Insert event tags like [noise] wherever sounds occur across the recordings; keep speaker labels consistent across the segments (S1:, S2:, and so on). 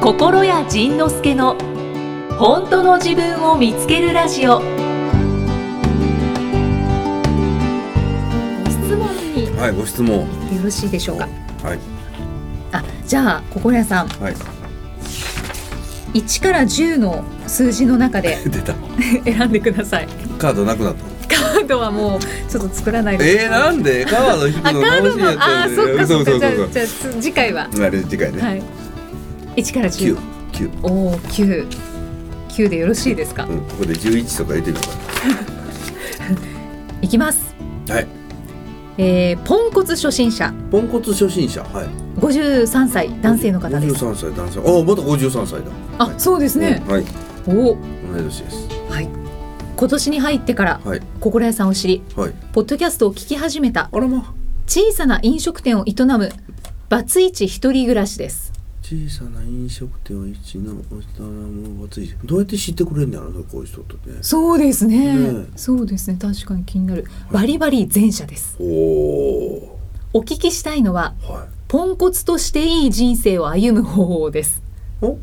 S1: 心谷仁之助の本当の自分を見つけるラジオご質問によ
S2: はい、ご質問。
S1: ろしいでしょうか
S2: はい。
S1: あじゃあ心谷さん
S2: はい。 [laughs]
S1: 1から10の数字の中で
S2: 出た。
S1: [laughs] 選んでください
S2: カードなく
S1: [laughs]
S2: なった。
S1: カードはもうちょっと作らないで
S2: えー、なんでカード引く
S1: あカ
S2: の
S1: ー
S2: 楽
S1: ド
S2: しいや
S1: のあ
S2: つ
S1: ーそっかそっ
S2: そ
S1: か
S2: う
S1: じゃあ
S2: そうそう
S1: じゃあつ次回は
S2: そう。あれ次回ね。
S1: はい1から10
S2: 九九。
S1: おお九九でよろしいですか。
S2: うん、ここで十一とか入れてみよう
S1: いきます。
S2: かな。はい。
S1: えー、ポンコツ初心者
S2: ポンコツ初心者。はい。
S1: 五十三歳男性の方で
S2: 五
S1: す
S2: 十。三歳男性。ああ、まだ五十三歳だ。
S1: あ、そうですね
S2: う。んはい。
S1: おお
S2: 同い年です。
S1: はい。今年に入ってから
S2: はい。
S1: 心屋さんを知り、
S2: はい。
S1: ポッドキャストを聞き始めた
S2: あらま。
S1: 小さな飲食店を営むバツイチ一人暮らしです。
S2: 小さな飲食店を一のお人らも熱い。どうやって知ってくれるんだろうね、こういう人ってね。
S1: そうですね
S2: ねえ
S1: そうですね。確かに気になる。バリバリ前者です。
S2: おお
S1: お聞きしたいのは
S2: ー。はい。
S1: ポンコツとしていい人生を歩む方法です。
S2: お。ほ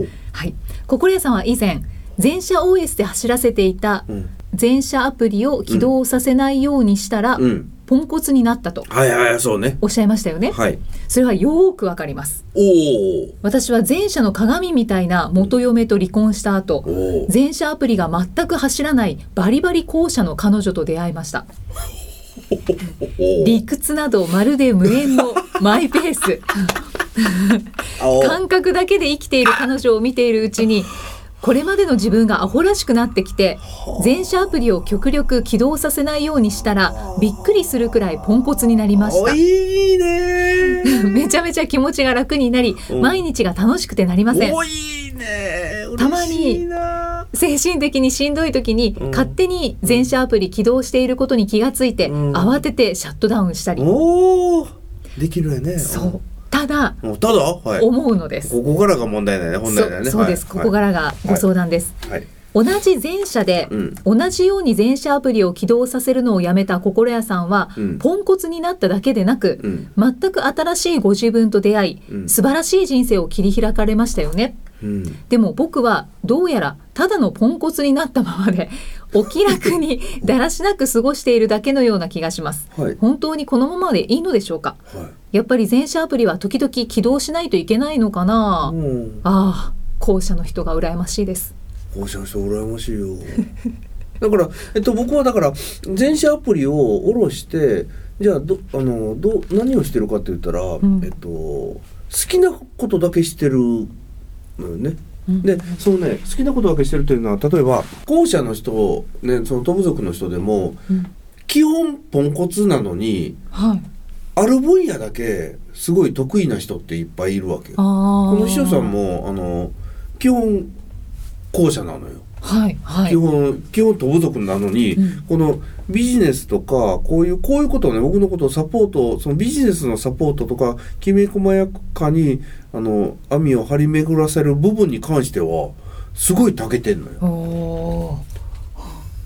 S2: う。
S1: はい、心屋さんは以前全車 OS で走らせていた
S2: うん。
S1: 全車アプリを起動させないようにしたら、
S2: うん。
S1: ポンコツになったと
S2: はいはい、そうね。
S1: おっしゃいましたよね、
S2: はい。
S1: それはよーくわかります
S2: おお。
S1: 私は前者の鏡みたいな元嫁と離婚した後
S2: おお。
S1: 全車アプリが全く走らないバリバリ後者の彼女と出会いま
S2: [laughs]
S1: した理屈などまるで無縁
S2: [laughs]
S1: のマイペース感覚だけで生きている彼女を見ているうちにこれまでの自分がアホらしくなってきて全社アプリを極力起動させないようにしたらびっくりするくらいポンコツになりまし
S2: お
S1: た
S2: いいね [laughs] ー。
S1: めちゃめちゃ気持ちが楽になり
S2: うん
S1: 毎日が楽しくてなりません
S2: おいいねー。
S1: たまに
S2: 嬉しいな
S1: 精神的にしんどい時に
S2: うん
S1: 勝手に全社アプリ起動していることに気がついて
S2: うん
S1: 慌ててシャットダウンした
S2: ー。
S1: り
S2: おお。できるよね。
S1: そうただ
S2: うん。ただ、はい。こ
S1: 思うのです
S2: こからが問題だよね、本来だよね。。
S1: そそうですここかららがご相談です
S2: はい。
S1: 同じ前者で
S2: うん。
S1: 同じように全社アプリを起動させるのをやめた心屋さんは、
S2: うん
S1: ポンコツになっただけでなく、
S2: うん。
S1: 全く新しいご自分と出会い、
S2: うん
S1: 素晴らしい人生を切り開かれましたよね
S2: うん。
S1: でも僕はどうやらただのポンコツになったまま [laughs] でお気楽にだらしなく過ごしているだけのような気がします
S2: はい。はい。
S1: 本当にこのままでいいのでしょうかやっぱり全社アプリは時々起動しないといけないのかな、
S2: うん。
S1: ああ後者の人が羨ましいです
S2: 放射して羨ましいよ [laughs] だから、えっと、僕はだから全社アプリを下ろしてじゃあどあのど何をしてるかって言ったら、
S1: ん
S2: えっと、好きなことだけしてるのよね。
S1: うん
S2: でそのね好きなことだけしてるというのは例えば後者の人、ね、その飛部族の人でも
S1: うん
S2: 基本ポンコツなのに
S1: はい
S2: ある分野だけすごい得意な人っていっぱいいるわけよ。こ
S1: の
S2: の秘書さんもあの基本後者なのよ。
S1: はいはい
S2: 基本基本と部族なのに、
S1: うん
S2: このビジネスとかこういうこういうことをね僕のことをサポートそのビジネスのサポートとかきめ細やかにあの網を張り巡らせる部分に関してはすごい長けてんのよ。
S1: おお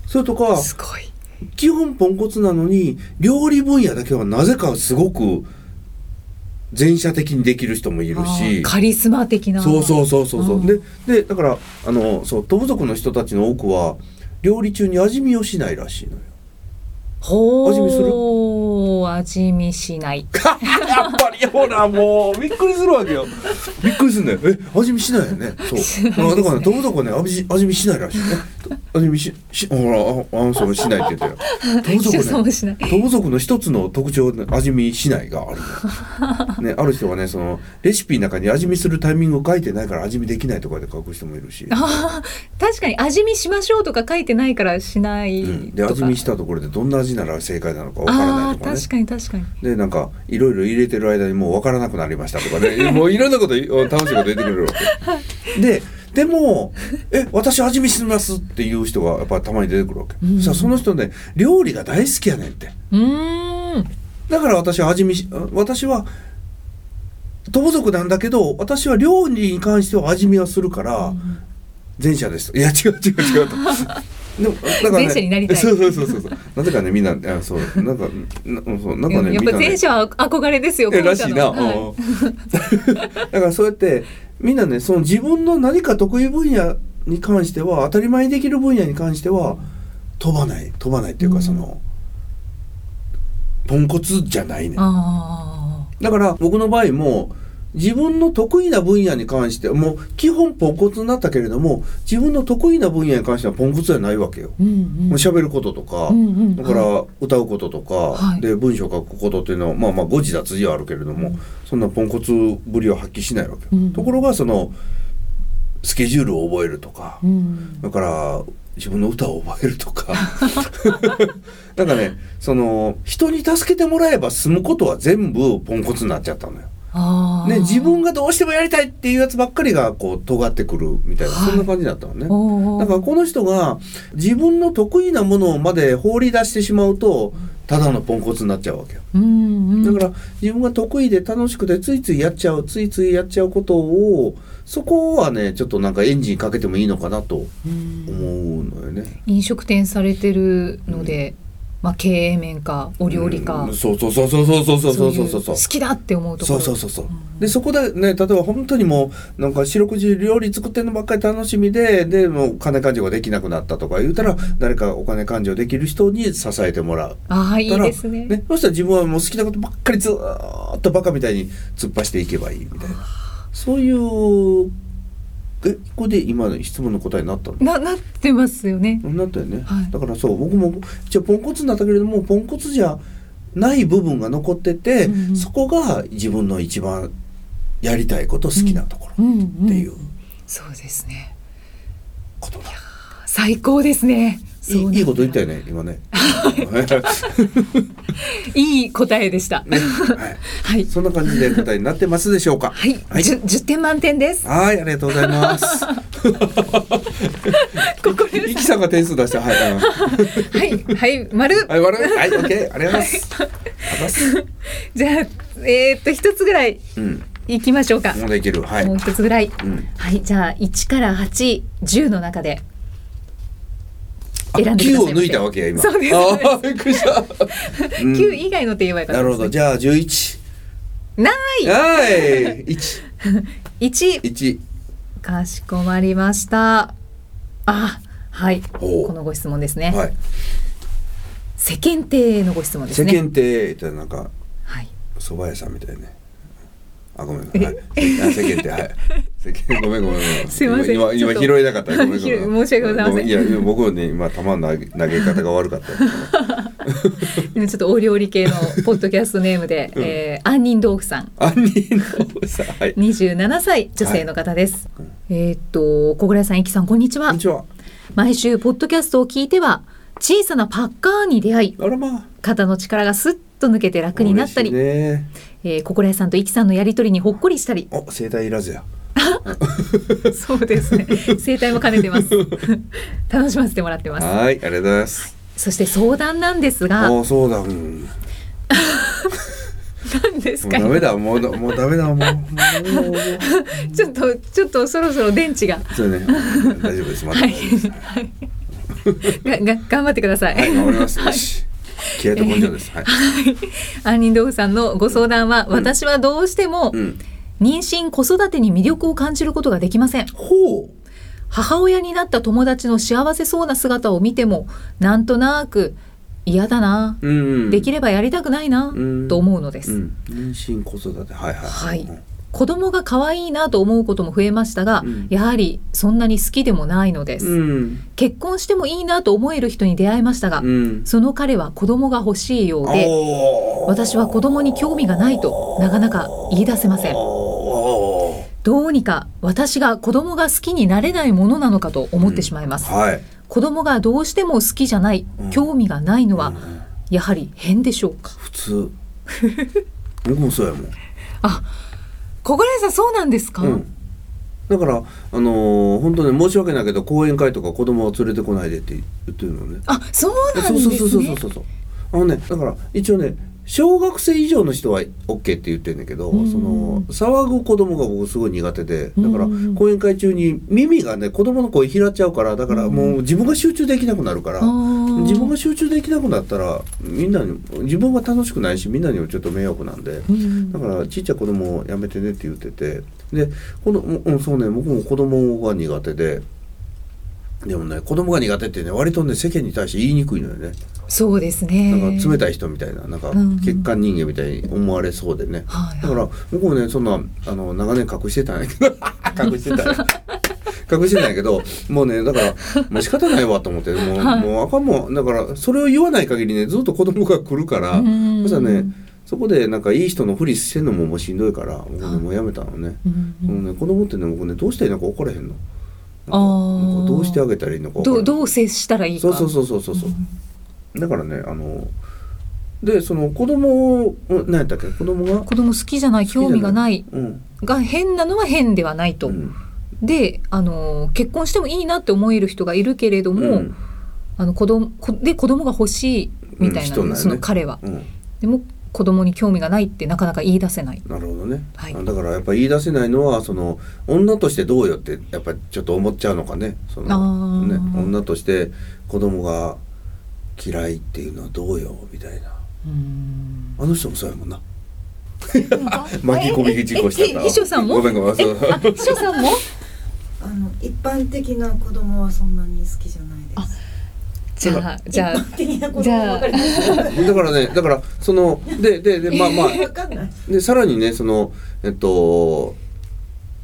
S2: それとか
S1: すごい
S2: 基本ポンコツなのに料理分野だけはなぜかすごく全社的にできる人もいるし
S1: あー。カリスマ的な
S2: そうそうそうそうそう、
S1: うん
S2: ででだからあのそう徒部族の人たちの多くは料理中に味見をしないらしいのよ。
S1: ほー
S2: 味見す
S1: 味
S2: る
S1: 見しない
S2: [laughs] やっぱりほらもうびっくりするわけよ。びっくりするんだよ。え味見しないよね。そう。あだからねどこどこね味味見しないらしいね。と味見ししほらああそうしないって言ってる。どこ
S1: 出
S2: どこ
S1: 産
S2: ね
S1: も。しない
S2: [laughs] 徒部族の一つの特徴ね味見しないがあるのねある人はねそのレシピの中に味見するタイミングを書いてないから味見できないとかで書く人もいるし、
S1: あー確かに味見しましょうとか書いてないからしない
S2: うん、で
S1: とか、
S2: 味見したところでどんな味なら正解なのかわからな
S1: あ
S2: い
S1: ー
S2: とかね
S1: 確かに確かに
S2: でなんかいろいろ入れてる間にもう分からなくなりましたと
S1: [laughs]
S2: かねもういろんなこと楽しいこと言ってくれるわけででも「え私味見します」っていう人がやっぱりたまに出てくるわけ、
S1: うん
S2: そしたらその人ね料理が大好きやねんって
S1: うーん
S2: だから私は味見し私は盗賊なんだけど私
S1: [laughs]
S2: は料理に関しては味見はするから、前者ですいや違う違う違うとでもなんかね
S1: 前者になりたい
S2: そうそうそうそうそうなぜかねみんなあそうなんかなうんそうなんかね
S1: やっ
S2: みん
S1: ぱ
S2: な
S1: 前
S2: ね
S1: 者は憧れですよ。
S2: え
S1: 後
S2: ら
S1: 者
S2: しい
S1: の
S2: な、
S1: はい
S2: うんだからそうやってみんなねその自分の何か得意分野に関しては当たり前にできる分野に関しては飛ばない飛ばないっていうか、
S1: うん
S2: そのポンコツじゃないね
S1: あ
S2: だから僕の場合も自分の得意な分野に関してもう基本ポンコツになったけれども自分の得意な分野に関してはポンコツじゃないわけよ。
S1: ー。うんうん。
S2: もう喋ることとか、
S1: うんうん
S2: だか
S1: は
S2: ら歌うこととか、
S1: はい
S2: で文章書くことっていうのはまあまあ誤字脱字はあるけれども、
S1: うん
S2: そんなポンコツぶりを発揮しないわけよ、
S1: うん
S2: ところがそのスケジュールを覚えるとか、
S1: うん
S2: だから自分の歌を覚える
S1: [laughs]
S2: とかなんかねその人に助けてもらえば済むことは全部ポンコツになっちゃったのよ。
S1: あー
S2: ね、自分がどうしてもやりたいっていうやつばっかりがこう尖ってくるみたいな、
S1: はい
S2: そんな感じだったのね。
S1: おー
S2: だからこの人が自分の得意なものまで放り出してしまうとただのポンコツになっちゃうわけよ。
S1: うんうん。
S2: だから自分が得意で楽しくてついついやっちゃうついついやっちゃうことをそこはねちょっとなんかエンジンかけてもいいのかなと
S1: うん
S2: 思うのよね。
S1: 飲食店されてるので、まあ経営面かお料理か、
S2: うんそうそうそうそうそうそうそうそうそうそう
S1: そういう好きだって思うところ
S2: そうそうそうそう、
S1: ん
S2: でそこでね例えば本当にもうなんか四六時料理作ってるのばっかり楽しみででもう金勘定ができなくなったとか言うたら誰かお金勘定できる人に支えてもらう。
S1: ああいいですね
S2: ね、そしたら自分はもう好きなことばっかりずーっとバカみたいに突っ走っていけばいいみたいなそういうえここで今の質問の答えになったの
S1: ななってますよね
S2: なったよね、
S1: はい
S2: だからそう僕もじゃあポンコツになったけれどもポンコツじゃない部分が残ってて、
S1: うんうん
S2: そこが自分の一番やりたいこと好きなとこ
S1: う
S2: ろ
S1: んうん
S2: っていう
S1: そうですね
S2: ことだ、
S1: 最高ですねそ
S2: いうい
S1: ね
S2: いいこと言ったよね今ね [laughs]
S1: いい答えでした、
S2: ね、は
S1: はい
S2: い、そんな感じで答えになってますでしょうか
S1: はい、
S2: はい
S1: じゅ 10, 点満点です
S2: はい、ありがとうございます。
S1: ここで
S2: いきさんが点数出して、はい、
S1: [laughs]
S2: うん
S1: はいはい丸
S2: はい、悪い、はい、オッケー、ありがとうございます。ありがとうございます。
S1: じゃあえーっと一つぐらい
S2: うん、
S1: いきましょうか、
S2: もうできる、はい
S1: もう。一つぐらい
S2: うん、
S1: はいじゃあ1から810の中で
S2: あ
S1: 選んでくださいませ
S2: 九を抜いたわけや、今。
S1: そうです
S2: あーびっくりした。うん
S1: 9以外のって言えばよかっ
S2: な
S1: た
S2: る
S1: で
S2: ほ
S1: す
S2: ど、
S1: ね
S2: じゃあ、十一。
S1: ない
S2: はい、一、
S1: 1
S2: 一。
S1: かしこまりましたあはい
S2: ほう
S1: このご質問ですね、
S2: はい、
S1: 世間体へのご質問です
S2: 世
S1: ね
S2: 間体って、なんか、
S1: はい
S2: 蕎麦屋さんみたいね。あ、ごめん、はい、あ世間体、はい。世間ごめんごめんごめん。
S1: すいません
S2: 今
S1: ちょ
S2: 今
S1: っと
S2: 拾えなかった。ごめんごめん。
S1: 申し訳ございません
S2: ごめいや僕はね今球の投げ投げ方が悪かった。
S1: 今ちょっとお料理系のポッドキャストネームで、
S2: うん
S1: えー、杏仁豆腐さん
S2: 杏仁豆腐さん。はい。こ
S1: 27歳女性の方です、
S2: はい
S1: えーっと小倉さんいきさんこんにちは
S2: んにちは。
S1: 毎週ポッドキャストを聞いては小さなパッカーに出会い
S2: あらまあ。
S1: 肩の力がスッと抜けて楽になったり、
S2: 嬉しいね。
S1: えー、小倉さんといきさんのやりとりにほっこり
S2: [laughs]
S1: したり
S2: お、生体いらずや。
S1: そうですね。生態も兼ねてます。 [laughs] 楽しませてもらってます。
S2: はい、ありがとうございます。
S1: そして相談なんですが、
S2: あ、そうだ。うん。も
S1: 何です
S2: う
S1: か
S2: ダ。メだ。もうだもうダメだ。もう。もうもう
S1: ちょっとちょっとそろそろ電池が、
S2: そ
S1: [laughs]
S2: うね。大丈夫です。また。
S1: は
S2: はいい、
S1: がが [laughs] 頑張ってください。
S2: 頑張ります。よし。気合と根性です。はい。
S1: [laughs] 杏仁豆腐さんのご相談は、私はどうしても
S2: うん。
S1: 妊娠子育てに魅力を感じることができません。
S2: ほう。
S1: 母親になった友達の幸せそうな姿を見てもなんとなく嫌だな、
S2: うん。
S1: できればやりたくないな、
S2: うん
S1: と思うのです。
S2: うん。妊娠子育て。はいはい。
S1: はい
S2: うん
S1: 子供が可愛いなと思うことも増えましたが、
S2: うん
S1: やはりそんなに好きでもないのです、
S2: うん。
S1: 結婚してもいいなと思える人に出会いましたが、
S2: うん。
S1: その彼は子供が欲しいようで
S2: おー
S1: 私は子供に興味がないとなかなか言い出せません
S2: おー
S1: どうにか私が子供が好きになれないものなのかと思ってしまいます、
S2: はい。
S1: 子供がどうしても好きじゃない、
S2: うん
S1: 興味がないの
S2: う
S1: は
S2: ん
S1: やはり変でしょうか
S2: 普通僕もそうやもん、
S1: 小倉さんそうなんですか、
S2: うん、だからあのー本当に申し訳ないけど講演会とか子供を連れてこないでって言ってるのね
S1: あそうなん
S2: そう
S1: です
S2: そう
S1: ね
S2: そうそうそうそうあのねだから一応ね小学生以上の人は OK って言ってるんだけど、
S1: うん
S2: その騒ぐ子供が僕すごい苦手でだから
S1: うん
S2: 講演会中に耳がね子供の声拾っちゃうからだからもう自分が集中できなくなるから、自
S1: 自
S2: 分が集中できなくなったらみんなに自分が楽しくないしみんなにもちょっと迷惑なんで。だからちっちゃい子供をやめてねって言っててでこの、うん、そうね僕も子供が苦手ででもね子供が苦手ってね割とね世間に対して言いにくいのよね
S1: そうです
S2: な
S1: ね。
S2: んか冷た
S1: い。
S2: い人みたいななんか
S1: うんうん
S2: 欠陥人間みたいに思われそうでね
S1: はい
S2: だから僕もねそんなあの長年隠してたん
S1: [laughs]
S2: やけど隠してたんや [laughs] 隠してたんやけどもうねだからもう仕方ないわと思ってもう,、もうあかんもんだからそれを言わない限りねずっと子供が来るから、
S1: うん
S2: そしたらねそこでなんかいい人のふりしてんのももうしんどいから僕ね
S1: はい
S2: もうやめたのね,、
S1: うんう
S2: も
S1: ん
S2: うね子供ってね僕ねどうしたらいいのか分からへんの
S1: あー
S2: なんかどうしてあげたらいいのか分
S1: ど
S2: からへ
S1: うんどう接したらいいか。
S2: そうそうそうそうそうそうだからねあのでその子供をうん何やったっけ子供が
S1: 子供好きじゃない
S2: きじゃない
S1: 興味がない
S2: うん
S1: が変なのは変ではないと。
S2: うん
S1: であの結婚してもいいなって思える人がいるけれども、
S2: うん
S1: あの子供こで子供が欲しいみたいなの、
S2: うん人なんやね
S1: その彼は。
S2: うん
S1: でも子供に興味がないってなかなか言い出せない。
S2: なるほどね、
S1: はい
S2: だからやっぱ言い出せないのはその女としてどうよってやっぱりちょっと思っちゃうのかねそ
S1: あ
S2: の
S1: ー
S2: ね女として子供が嫌いっていうのはどうよみたいな
S1: うん
S2: あの人もそうやもんな巻き込み事故し
S1: え
S2: た
S1: ええ秘書さんも
S2: ごめんごめんそう
S1: あ秘書さんも
S3: あの一般的な子供はそんなに好きじゃないです。
S1: じゃあじゃあ
S3: 一般的な子供ばかりです。
S2: [laughs] だからねだからそのでででまあまあ
S3: わかんない。
S2: でさらにねそのえっと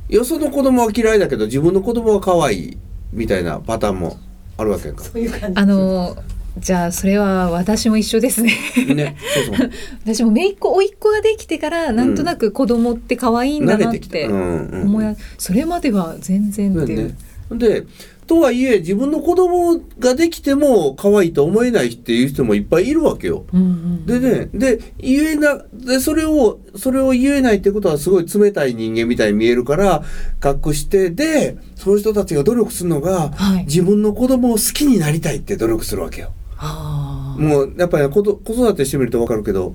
S2: よその子供は嫌いだけど自分の子供は可愛いみたいなパターンもあるわけやんか
S3: そういう感じ。
S1: あのじゃあそれは私も一緒ですね [laughs]
S2: ねそうそう
S1: 私も姪っ子甥っ子ができてからなんとなく子供って可愛 [laughs] いんだ
S2: 慣れ
S1: なって
S2: きた
S1: て
S2: うんうん
S1: 思いや、それまでは全然
S2: そう
S1: って
S2: だ
S1: い
S2: よ
S1: う、
S2: ね。で、とはいえ自分の子供ができても可愛いと思えないっていう人もいっぱいいるわけよ。
S1: うんうん、
S2: でね、で、言えな、で、それを、それを言えないってことはすごい冷たい人間みたいに見えるから、隠して、で、そういう人たちが努力するのが、
S1: はい
S2: 自分の子供を好きになりたいって努力するわけよ。
S1: あー
S2: もう、やっぱり子ど子育てしてみるとわかるけど、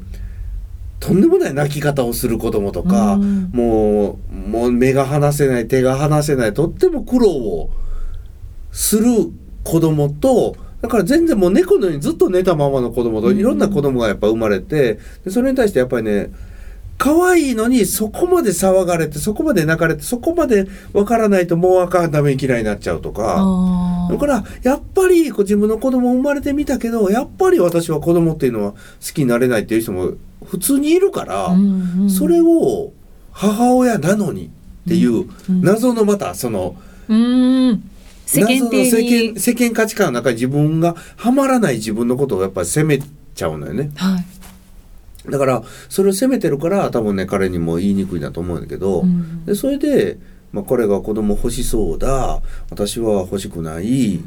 S2: とんでもない泣き方をする子供とか、
S1: うん
S2: もう、もう目が離せない、手が離せない、とっても苦労をする子供と、だから全然もう猫のようにずっと寝たままの子供と、
S1: うん
S2: いろんな子供がやっぱ生まれて、でそれに対してやっぱりね、可愛いのにそこまで騒がれて、そこまで泣かれて、そこまでわからないともうあかんダメ嫌いになっちゃうとか。
S1: あー
S2: だからやっぱりこう自分の子供生まれてみたけどやっぱり私は子供っていうのは好きになれないっていう人も普通にいるから、
S1: うんうん
S2: それを母親なのにっていう
S1: うん
S2: 謎のまたその
S1: うん世間
S2: 謎の世
S1: 体
S2: 間
S1: に
S2: 世間価値観の中に自分がはまらない自分のことをやっぱり責めちゃうのよね。
S1: はい、
S2: だからそれを責めてるから多分ね彼にも言いにくいなと思うんだけど。
S1: うん
S2: でそれで、まあ、彼が子供欲しそうだ私は欲しくない、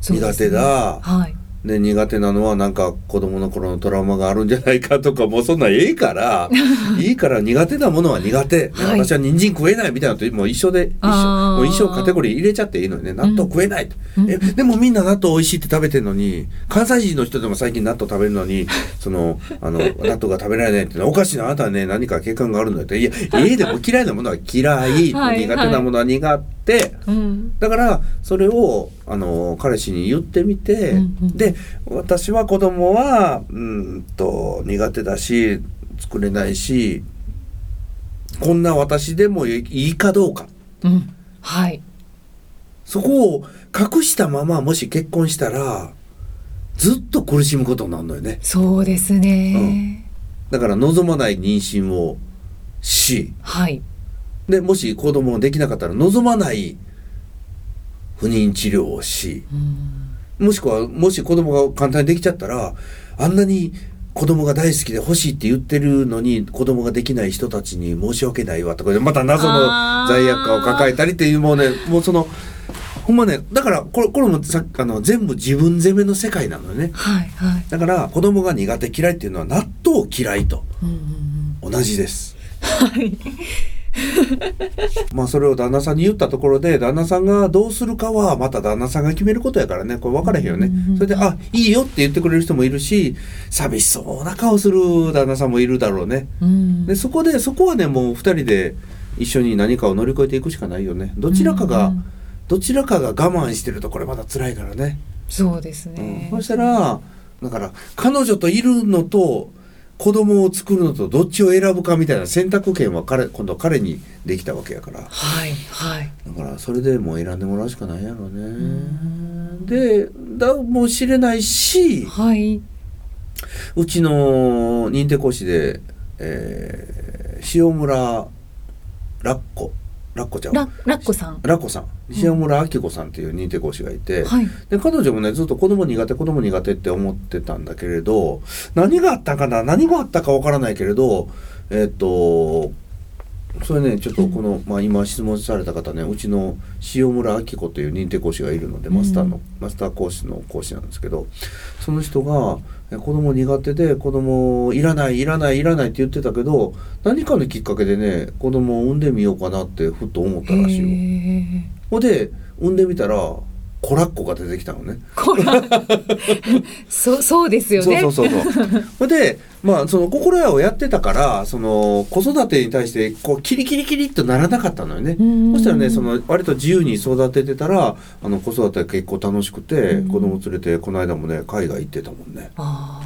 S1: そうで
S2: 苦
S1: すね
S2: 手だ、
S1: はい
S2: ね、苦手なのはなんか子供の頃のトラウマがあるんじゃないかとかもうそんなんええから
S1: [laughs]
S2: いいから苦手なものは苦手、ね
S1: はい
S2: 私は人参食えないみたいなのともう一緒で一
S1: あー
S2: 緒もう一生カテゴリー入れちゃっていいのにね納豆食えないと、
S1: うん
S2: えでもみんな納豆美味しいって食べてるのに関西人の人でも最近納豆食べる
S1: [laughs]
S2: のにそのあの納豆が食べられないってのはおかしいなあなたはね何か欠陥があるのよっていや家でも嫌いなものは嫌い
S1: はい
S2: 苦手なものは苦手、
S1: うん
S2: だからそれをあの彼氏に言ってみて、
S1: うんうん
S2: で私は子供はうんと苦手だし作れないしこんな私でもいいかどうか
S1: うんはい
S2: そこを隠したままもし結婚したらずっと苦しむことになるのよね
S1: そうですね、
S2: だから望まない妊娠をし
S1: はい
S2: でもし子供ができなかったら望まない不妊治療をし
S1: うん
S2: もしくは、もし子供が簡単にできちゃったら、あんなに子供が大好きで欲しいって言ってるのに、子供ができない人たちに申し訳ないわとか、また謎の
S1: あー
S2: 罪悪感を抱えたりっていう、もうね、もうその、ほんまね、だから、これ、これもさあの、全部自分責めの世界なのよね。
S1: はいはい、
S2: だから、子供が苦手嫌いっていうのは、納豆嫌いと
S1: うんうんうん
S2: 同じです。
S1: はい
S2: [laughs] まあそれを旦那さんに言ったところで旦那さんがどうするかはまた旦那さんが決めることやからねこれ分からへんよね、
S1: うんうんうん
S2: それで「あいいよ」って言ってくれる人もいるし寂しそうな顔する旦那さんもいるだろうね
S1: うん
S2: でそこでそこはねもう2人で一緒に何かを乗り越えていくしかないよねどちらかが、
S1: うんうん
S2: どちらかが我慢してるとこれまだ辛いからね、
S1: そうです
S2: うん
S1: ね、
S2: そしたらだから彼女といるのと子供を作るのとどっちを選ぶかみたいな選択権は彼今度は彼にできたわけやから
S1: はいはい
S2: だからそれでもう選んでもらうしかないやろね
S1: ん
S2: でだもしれないし
S1: はいう
S2: ちの認定講師で、えー塩村ラッコラッコちゃん
S1: ララッコさん
S2: ラッコさん塩村明子さんっていう認定講師がいて、
S1: はい
S2: で彼女もねずっと子供苦手子供苦手って思ってたんだけれど何があったかな何があったかわからないけれどえっ、とそれねちょっとこの、まあ、今質問された方ねうちの塩村明子という認定講師がいるのでマスターの、
S1: うん
S2: マスター講師の講師なんですけどその人がえ子供苦手で子供いらないいらないいらないって言ってたけど何かのきっかけでね子供を産んでみようかなってふっと思ったらしいよ。
S1: へ
S2: ほんで産んでみたら子ラッコが出てきたのね。
S1: ーこら
S2: [laughs]
S1: そそうですよね
S2: そうそうそうそう。ほんで、まあ、その心屋をやってたから、その子育てに対して、こう、キリキリキリっとならなかったのよね。
S1: うん
S2: そしたらね、その割と自由に育ててたら、あの子育て結構楽しくて
S1: う、ん
S2: 子供連れて、この間もね、海外行ってたもんね。
S1: あ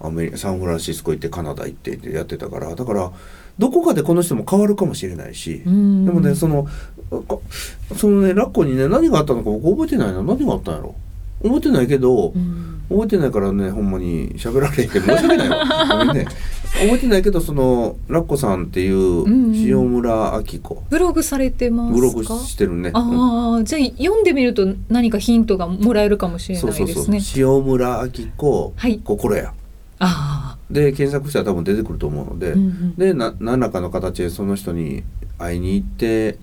S1: あ
S2: アメリカ、サンフランシスコ行って、カナダ行ってってやってたから、だから、どこかでこの人も変わるかもしれないし。
S1: うん
S2: でもね、その、かそのね、ラッコにね、何があったのか僕覚えてないな。何があったんやろ覚えてないけど、
S1: うん
S2: 覚えてないからねほんまに喋られ [laughs] へん申し訳ないわごめんね覚えてないけどそのラッコさんっていう
S1: う
S2: ん
S1: ん
S2: 塩村明子、
S1: ブログされてますか
S2: ブログしてるねうん
S1: ああじゃあ読んでみると何かヒントがもらえるかもしれ
S2: そう
S1: な
S2: そ
S1: いうで
S2: そう
S1: すね
S2: 塩村明子、
S1: はい
S2: 心や
S1: あ
S2: で検索したら多分出てくると思うので、
S1: あ、うんうん
S2: でな何らかの形でその人に会いに行って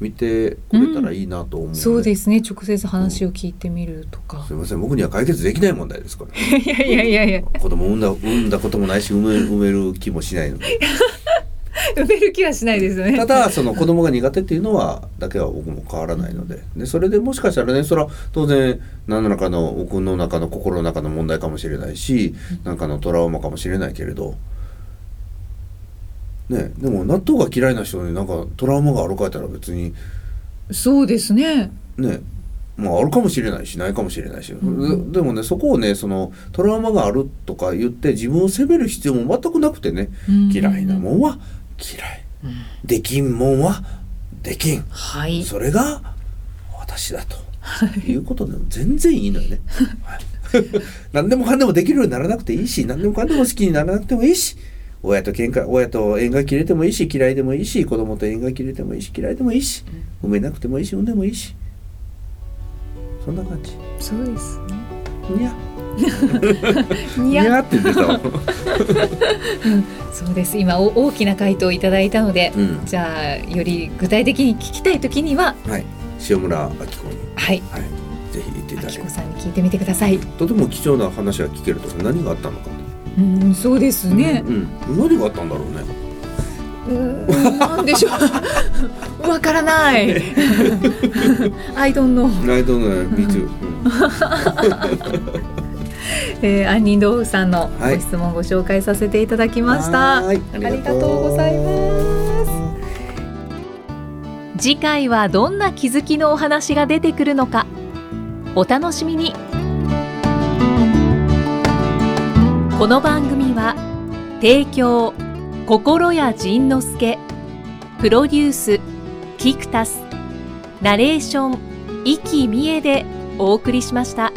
S2: 見てくれたらいいなと思う、
S1: そうですすね直接話を聞いてみるとか
S2: す、いません僕には解決できない問題ですか
S1: [laughs]
S2: ら
S1: いやいやいやいや
S2: 子供産んだ産んだこともないし産め産める気もしないので
S1: 埋める気はしないですよね
S2: ただその子供が苦手っていうのはだけは僕も変わらないのででそれでもしかしたらねそれは当然何らかの僕の中の心の中の問題かもしれないし何かのトラウマかもしれないけれど、ね、でも納豆が嫌いな人になんかトラウマがあるかって言ったら別に
S1: そうですね
S2: ねまああるかもしれないしないかもしれないし、
S1: ん
S2: ででもねそこをねそのトラウマがあるとか言って自分を責める必要も全くなくてね
S1: うん
S2: 嫌いなもんは嫌い
S1: うん
S2: できんもんはできん
S1: はい
S2: それが私だと。いうことでも全然いいのよね。はい [laughs] 何でもかんでもできるようにならなくていいし、何でもかんでも好きにならなくてもいいし、親と喧嘩、親と縁が切れてもいいし、嫌いでもいいし、子供と縁が切れてもいいし、嫌いでもいいし、産めなくてもいいし、産んでもいいし。そんな感じ。
S1: そうですね
S2: にゃ。
S1: いや
S2: って
S1: [laughs]
S2: 出たわ。
S1: そうです今お大きな回答をいただいたので、
S2: うん。
S1: じゃあより具体的に聞きたいときには
S2: はい。塩村明子に、
S1: はい
S2: はい。ぜひ行っていた
S1: あ
S2: だ
S1: き
S2: き
S1: こ
S2: ま
S1: さんに聞いてみてください
S2: とても貴重な話は聞けると何があったのか
S1: うんそうです
S2: と
S1: ね、
S2: うん。何があったんだろうね。
S1: うーんなんでしょう [laughs] わからない
S2: [laughs]
S1: I don't know
S2: ライドのビーチュ
S1: えー、杏仁豆腐さんのご
S2: はい
S1: 質問をご紹介させていただきました、
S2: はい
S1: ありがとうございます次回はどんな気づきのお話が出てくるのかお楽しみにこの番組は提供心谷仁之助プロデュースキクタスナレーション生きみえでお送りしました。